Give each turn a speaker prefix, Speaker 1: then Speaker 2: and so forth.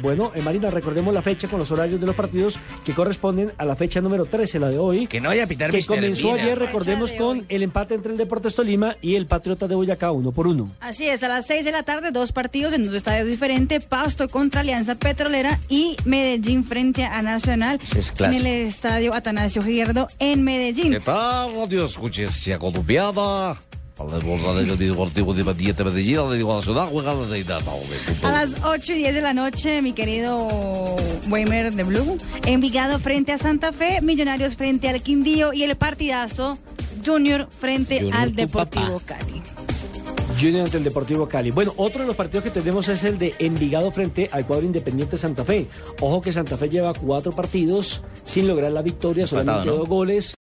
Speaker 1: Bueno, eh, Marina, recordemos la fecha con los horarios de los partidos que corresponden a la fecha número 13, la de hoy.
Speaker 2: Que no vaya a pitar
Speaker 1: que
Speaker 2: Mr.
Speaker 1: comenzó
Speaker 2: Mina.
Speaker 1: ayer, recordemos,
Speaker 3: Fecha de
Speaker 1: con
Speaker 3: hoy.
Speaker 1: el empate entre el Deportes Tolima y el Patriota de Boyacá, uno por uno.
Speaker 3: Así es, a las 6 de la tarde, dos partidos en dos estadios diferentes, Pasto contra Alianza Petrolera y Medellín frente a Nacional
Speaker 2: Ese es
Speaker 3: en
Speaker 2: clásico.
Speaker 3: el estadio Atanasio Girdo en Medellín.
Speaker 4: ¿Qué tal? Radio Escuchencia Colombiana. Para el Bolsonaro Deportivo Independiente Medellín, Atlético Nacional, juega la de
Speaker 3: A las 8 y 10 de la noche, mi querido Weimer de Blue, Envigado frente a Santa Fe, Millonarios frente al Quindío y el partidazo Junior frente
Speaker 5: Junior,
Speaker 3: al
Speaker 5: tu
Speaker 3: Deportivo Cali.
Speaker 1: Junior ante el Deportivo Cali. Bueno, otro de los partidos que tenemos es el de Envigado frente al cuadro independiente Santa Fe. Ojo que Santa Fe lleva cuatro partidos sin lograr la victoria, solamente
Speaker 4: Empatado, ¿no?
Speaker 1: dos goles.